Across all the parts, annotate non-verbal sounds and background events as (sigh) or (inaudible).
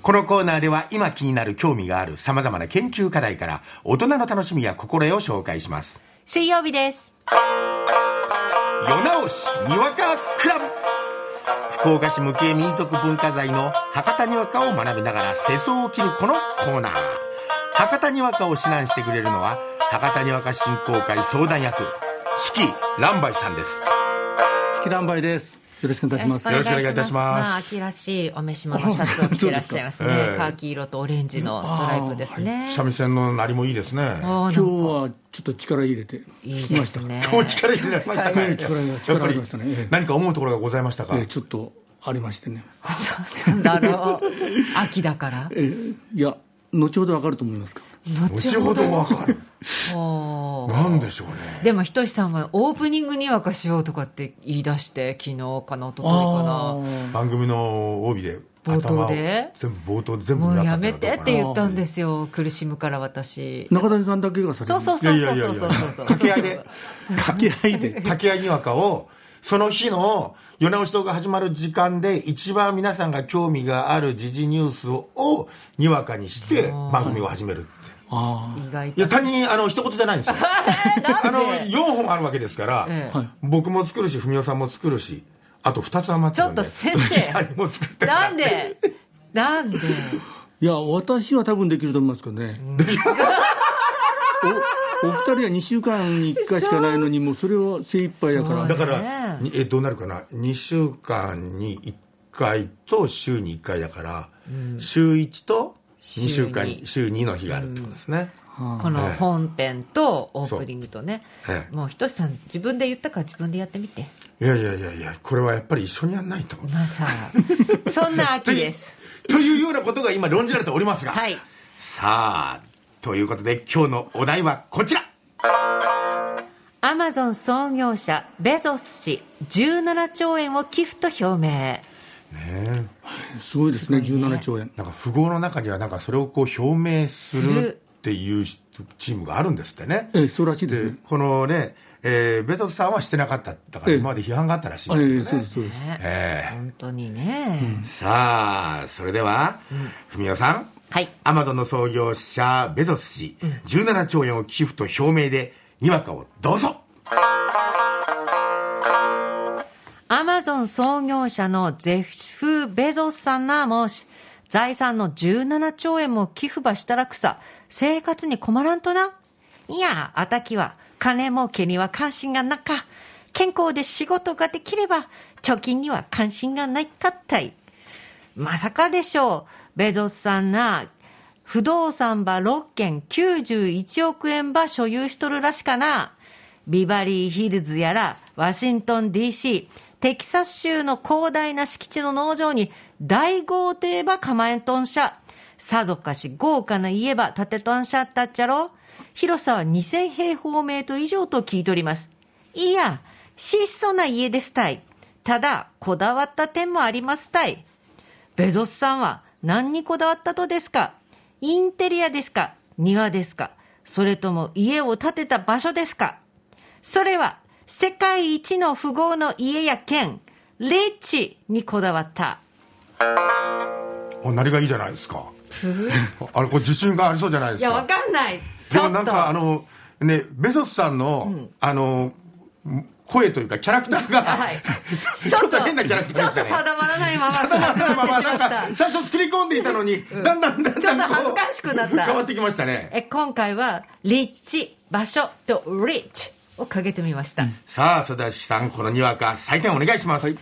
このコーナーでは今気になる興味がある様々な研究課題から大人の楽しみや心得を紹介します。水曜日です。夜直しにわかクラブ福岡市無形民族文化財の博多にわかを学びながら世相を切るこのコーナー博多にわかを指南してくれるのは博多にわか振興会相談役四季蘭梅さんです月乱梅です。よろしくお願いします。よろしくお願いいたしますまあ、秋らしいお召し物のシャツを着てらっしゃいますねそうですかええカーキ色とオレンジのストライプですね。三味線のなりもいいですねああ今日はちょっと力入れてい聞いきでました。すね。今日力入れました力ね入れ力入れやっぱ力入れりましたねええ何か思うところがございましたかええちょっとありましてね。そうなんだろう。秋だから。ええいや、後ほどわかると思いますか。後ほどわかるほうなんでしょうねでも、ひとしさんはオープニングにわかしようとかって言い出して、昨日かな、一昨日か番組の帯で冒頭頭でを全部冒頭全な。部もうやっためらどかてなって言ったんですよ。苦しむから私。中谷さんだけがされる。そうそういそやういやそういやいやそうそうそうそう。掛け合いで掛け合 (laughs) いで。竹谷にわかをその日の世直し動画始まる時間で一番皆さんが興味がある時事ニュースをにわかにして番組を始めるってあ意外いやと。他人あの一言じゃないんです (laughs) よあの4本あるわけですから、えあ。はい。僕も作るし文雄さんも作るしあと2つ余ってちょるっんでと先 (laughs) さん生。にも作ってなんでなんでいや、私は多分できると思いますけどね。おお二人は2週間に1回しかないのに、もうそれを精一杯だからだかねらにえどうなるかな2週間に1回と週に1回だから、週1と2週間に週 2, の日があるってことですね、この本編とオープニングとねそうえ。えもうひとしさん、自分で言ったから自分でやってみて。いやいやいやいやこれはやっぱり一緒にやんないと。まあさ (laughs) あ、そんな秋です。というようなことが今論じられておりますが、はい。さあということで今日のお題はこちらアマゾン創業者ベゾス氏17兆円を寄付と表明ねえすごいですね、17兆円。なんか富豪の中にはなんかそれをこう表明すするるっていうしチームがあるんですってねええ、そうらしいですでね。このね、えーベトスさんはしてなかっただからええ今まで批判があったらしいあええ、ですけそどうでねす、そうです。ねえ本当にね、えさあそれでは文雄さんはいアマゾンの創業者ベゾス氏17兆円を寄付と表明でにわかをどうぞアマゾン創業者のゼフ・ベゾスさんなもし財産の17兆円も寄付ばしたらくさ生活に困らんとないやあたきは金儲けには関心がなか健康で仕事ができれば貯金には関心がないかったいまさかでしょう。ベゾスさんな、不動産ば6件91億円ば所有しとるらしかな。ビバリーヒルズやら、ワシントン DC、テキサス州の広大な敷地の農場に大豪邸ば構えんとんしゃ。さぞかし豪華な家ば建てとんしゃったっちゃろ。広さは2000平方メートル以上と聞いております。いや、質素な家ですたい。ただ、こだわった点もありますたい。ベゾスさんは何にこだわったとですかインテリアですか庭ですかそれとも家を建てた場所ですかそれは世界一の富豪の家や県、レッチにこだわった。おなりがいいじゃないですかあれこれ自信がありそうじゃないでいすや、かわかんない。ちでょもっなんと。かあのねベゾスさんの、あの声というかキャラクターが、 (laughs) はいちょっと変なキャラクターちょでっしとたね定まらないまま定まら始 (laughs) ないままってましまなっんたか。最初作り込んでいたのに、だんだんだんだんちょっこうと恥ずかしくなった変わってきましたねえ今回は、リッチ、場所とリッチをかけてみました。さあそれでは四季さんこのにわか採点お願いします、え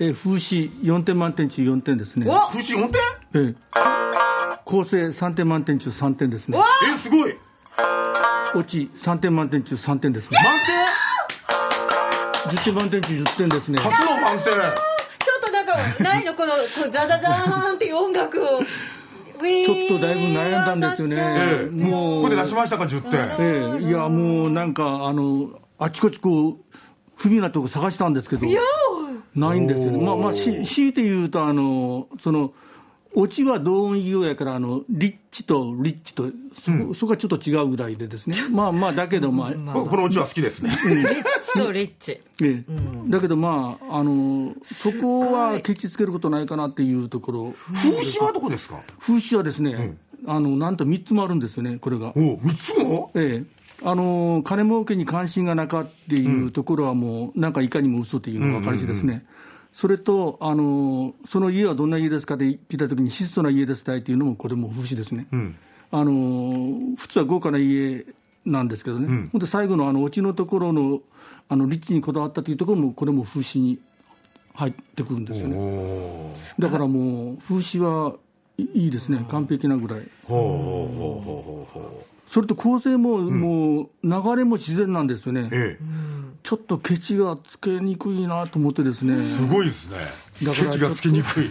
え、風刺4点満点中4点ですね。お風刺4点ええ。構成3点満点中3点ですねお。えすごい落ち3点満点中3点ですね。満10点満点中10点ですね。点初の満点ちょっとなんか、ないの、この、こうザザザーンっていう音楽 (laughs) を。ちょっとだいぶ悩んだんですよええね。もこう。こで出しましたか10点、ええ、いやもうなんかあのあちこちこう不備なとこ探したんですけどないんですよねまあまあし強いて言うとあのそのオチは同音異義語やから、あの、立地と立地と、そこ、そこはちょっと違うぐらいでですね。まあまあ、だけどまあ、ここのうちは好きですね。リッチとリッチ。ええだけどまあ、あの、そこはケチつけることないかなっていうところ。 (laughs) 風刺はどこですか風刺はですね、あの、なんと3つもあるんですよね、これが。お三つもええ、あの金儲けに関心がなかっていうところはもう、なんかいかにも嘘というのが分かるしですね。それと、あのその家はどんな家ですかって聞いたときに、質素な家ですたいっていうのも、これも風刺ですね、あの普通は豪華な家なんですけどね、ほんで最後のあのオチのところのあの立地にこだわったというところも、これも風刺に入ってくるんですよね、おだからもう、風刺はいいいですね、完璧なぐらい。ほうほうほうほうほうほそれと構成も、もう流れも自然なんですよね、う。ええ。ちょっとケチがつけにくいなと思ってですすね、ごいですね。だからケチがつけにくい。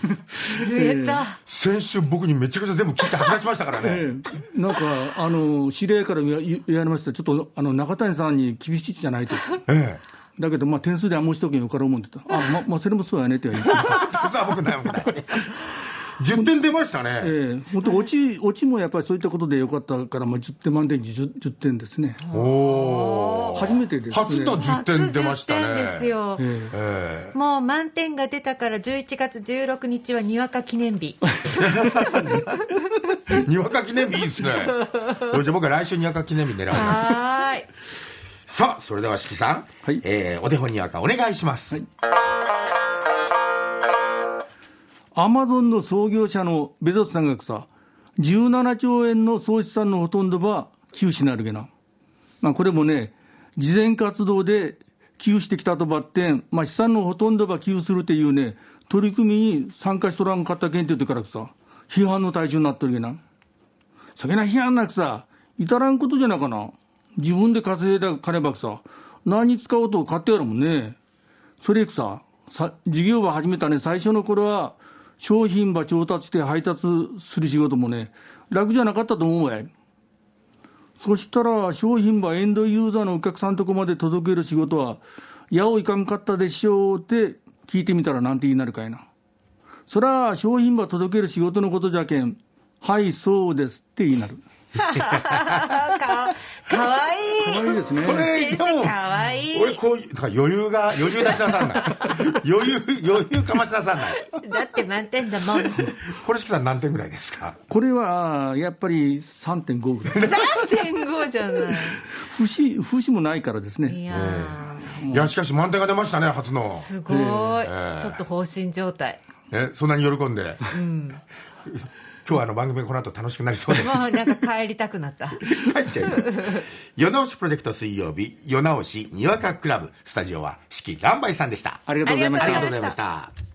言えた。先週僕にめちゃくちゃ全部切って吐き出しましたからね。ええなんかあの知り合いから言わ言われました、ちょっとあの中谷さんに厳しいじ (laughs) ゃないと、ええ。だけど、まあ、点数であんましとけんよかろうもんって言ったら、あままあ、それもそうやねって言われて、 (laughs) さあ僕ない僕ない。10点出ましたね。ええ本当落ち、落ちもやっぱりそういったことでよかったから、まあ、10点満点中 10, 10点ですね、おお。初めてですね、初の10点出ましたね。初10点ですよ。えええもう満点が出たから11月16日はにわか記念 (laughs) 日。え。にわか記念日いい (laughs) ですね。よしじゃあ僕は来週にわか記念日狙います。はーい。さあ、それでは四季さん。はいえーお手本にわかお願いします。アマゾンの創業者のベゾスさんがさ、17兆円の総資産のほとんどは寄付しなるげな。まあ、これもね、慈善活動で寄付してきたとばってん、まあ、資産のほとんどは寄付するっていうね、取り組みに参加しとらんかったけんって言ってからくさ、批判の対象になっとるげな。そげな批判なくさ、至らんことじゃなかな。自分で稼いだ金ばくさ、何に使おうと買ってやるもんね。それいくさ、さ事業は始めたね、最初の頃は、商品ば調達して配達する仕事もね、楽じゃなかったと思うわい。そしたら、商品ばエンドユーザーのお客さんとこまで届ける仕事は、やおいかんかったでしょうって聞いてみたらなんて言いなるかいな。そら、商品ば届ける仕事のことじゃけん、はい、そうですって言いなる。あかかわいい。可愛いですね。これ、でも、かわいい俺こういう、だから余裕が、余裕出しなさん (laughs) ない。余裕、余裕かましなさんない。だって満点だ (laughs) もん。これ、しきさん何点ぐらいですかこれは、やっぱり3.5ぐらい。 3.5じゃない。節、節もないからですね。いやいや、しかし満点が出ましたね、初のー。すごい、ええちょっと放心状態。え、そんなに喜んで。 (laughs) 今日はあの番組がこの後楽しくなりそうです。もうなんか帰りたくなった。帰っちゃいます。世直しプロジェクト水曜日、世直しにわかクラブ、スタジオは四季乱梅さんでした。ありがとうございましあありりががととううごござざいいままし。した